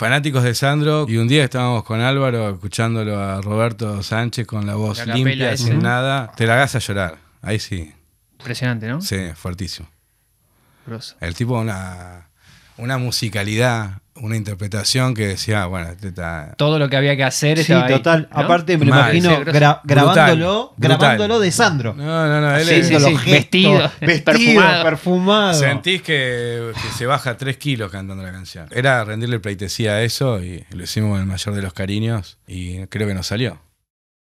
fanáticos de Sandro y un día estábamos con Álvaro escuchándolo a Roberto Sánchez con la voz La limpia, capela sin ese. nada. Te la hagas a llorar. Ahí sí, Impresionante, ¿no? sí, fuertísimo. Grosso. El tipo una, una musicalidad, una interpretación que decía, bueno, este está... Todo lo que había que hacer Sí, estaba ahí, total. ¿no? Aparte, me lo Mal, imagino sí, grosso. gra- grabándolo, Brutal, grabándolo brutal. de Sandro. No, no, no, él Sí, es- sí, Haciendo sí. los Vestido, gestos, vestido, perfumado. perfumado. Sentís que, que se baja 3 kilos cantando la canción. Era rendirle pleitesía a eso y lo hicimos con el mayor de los cariños y creo que nos salió.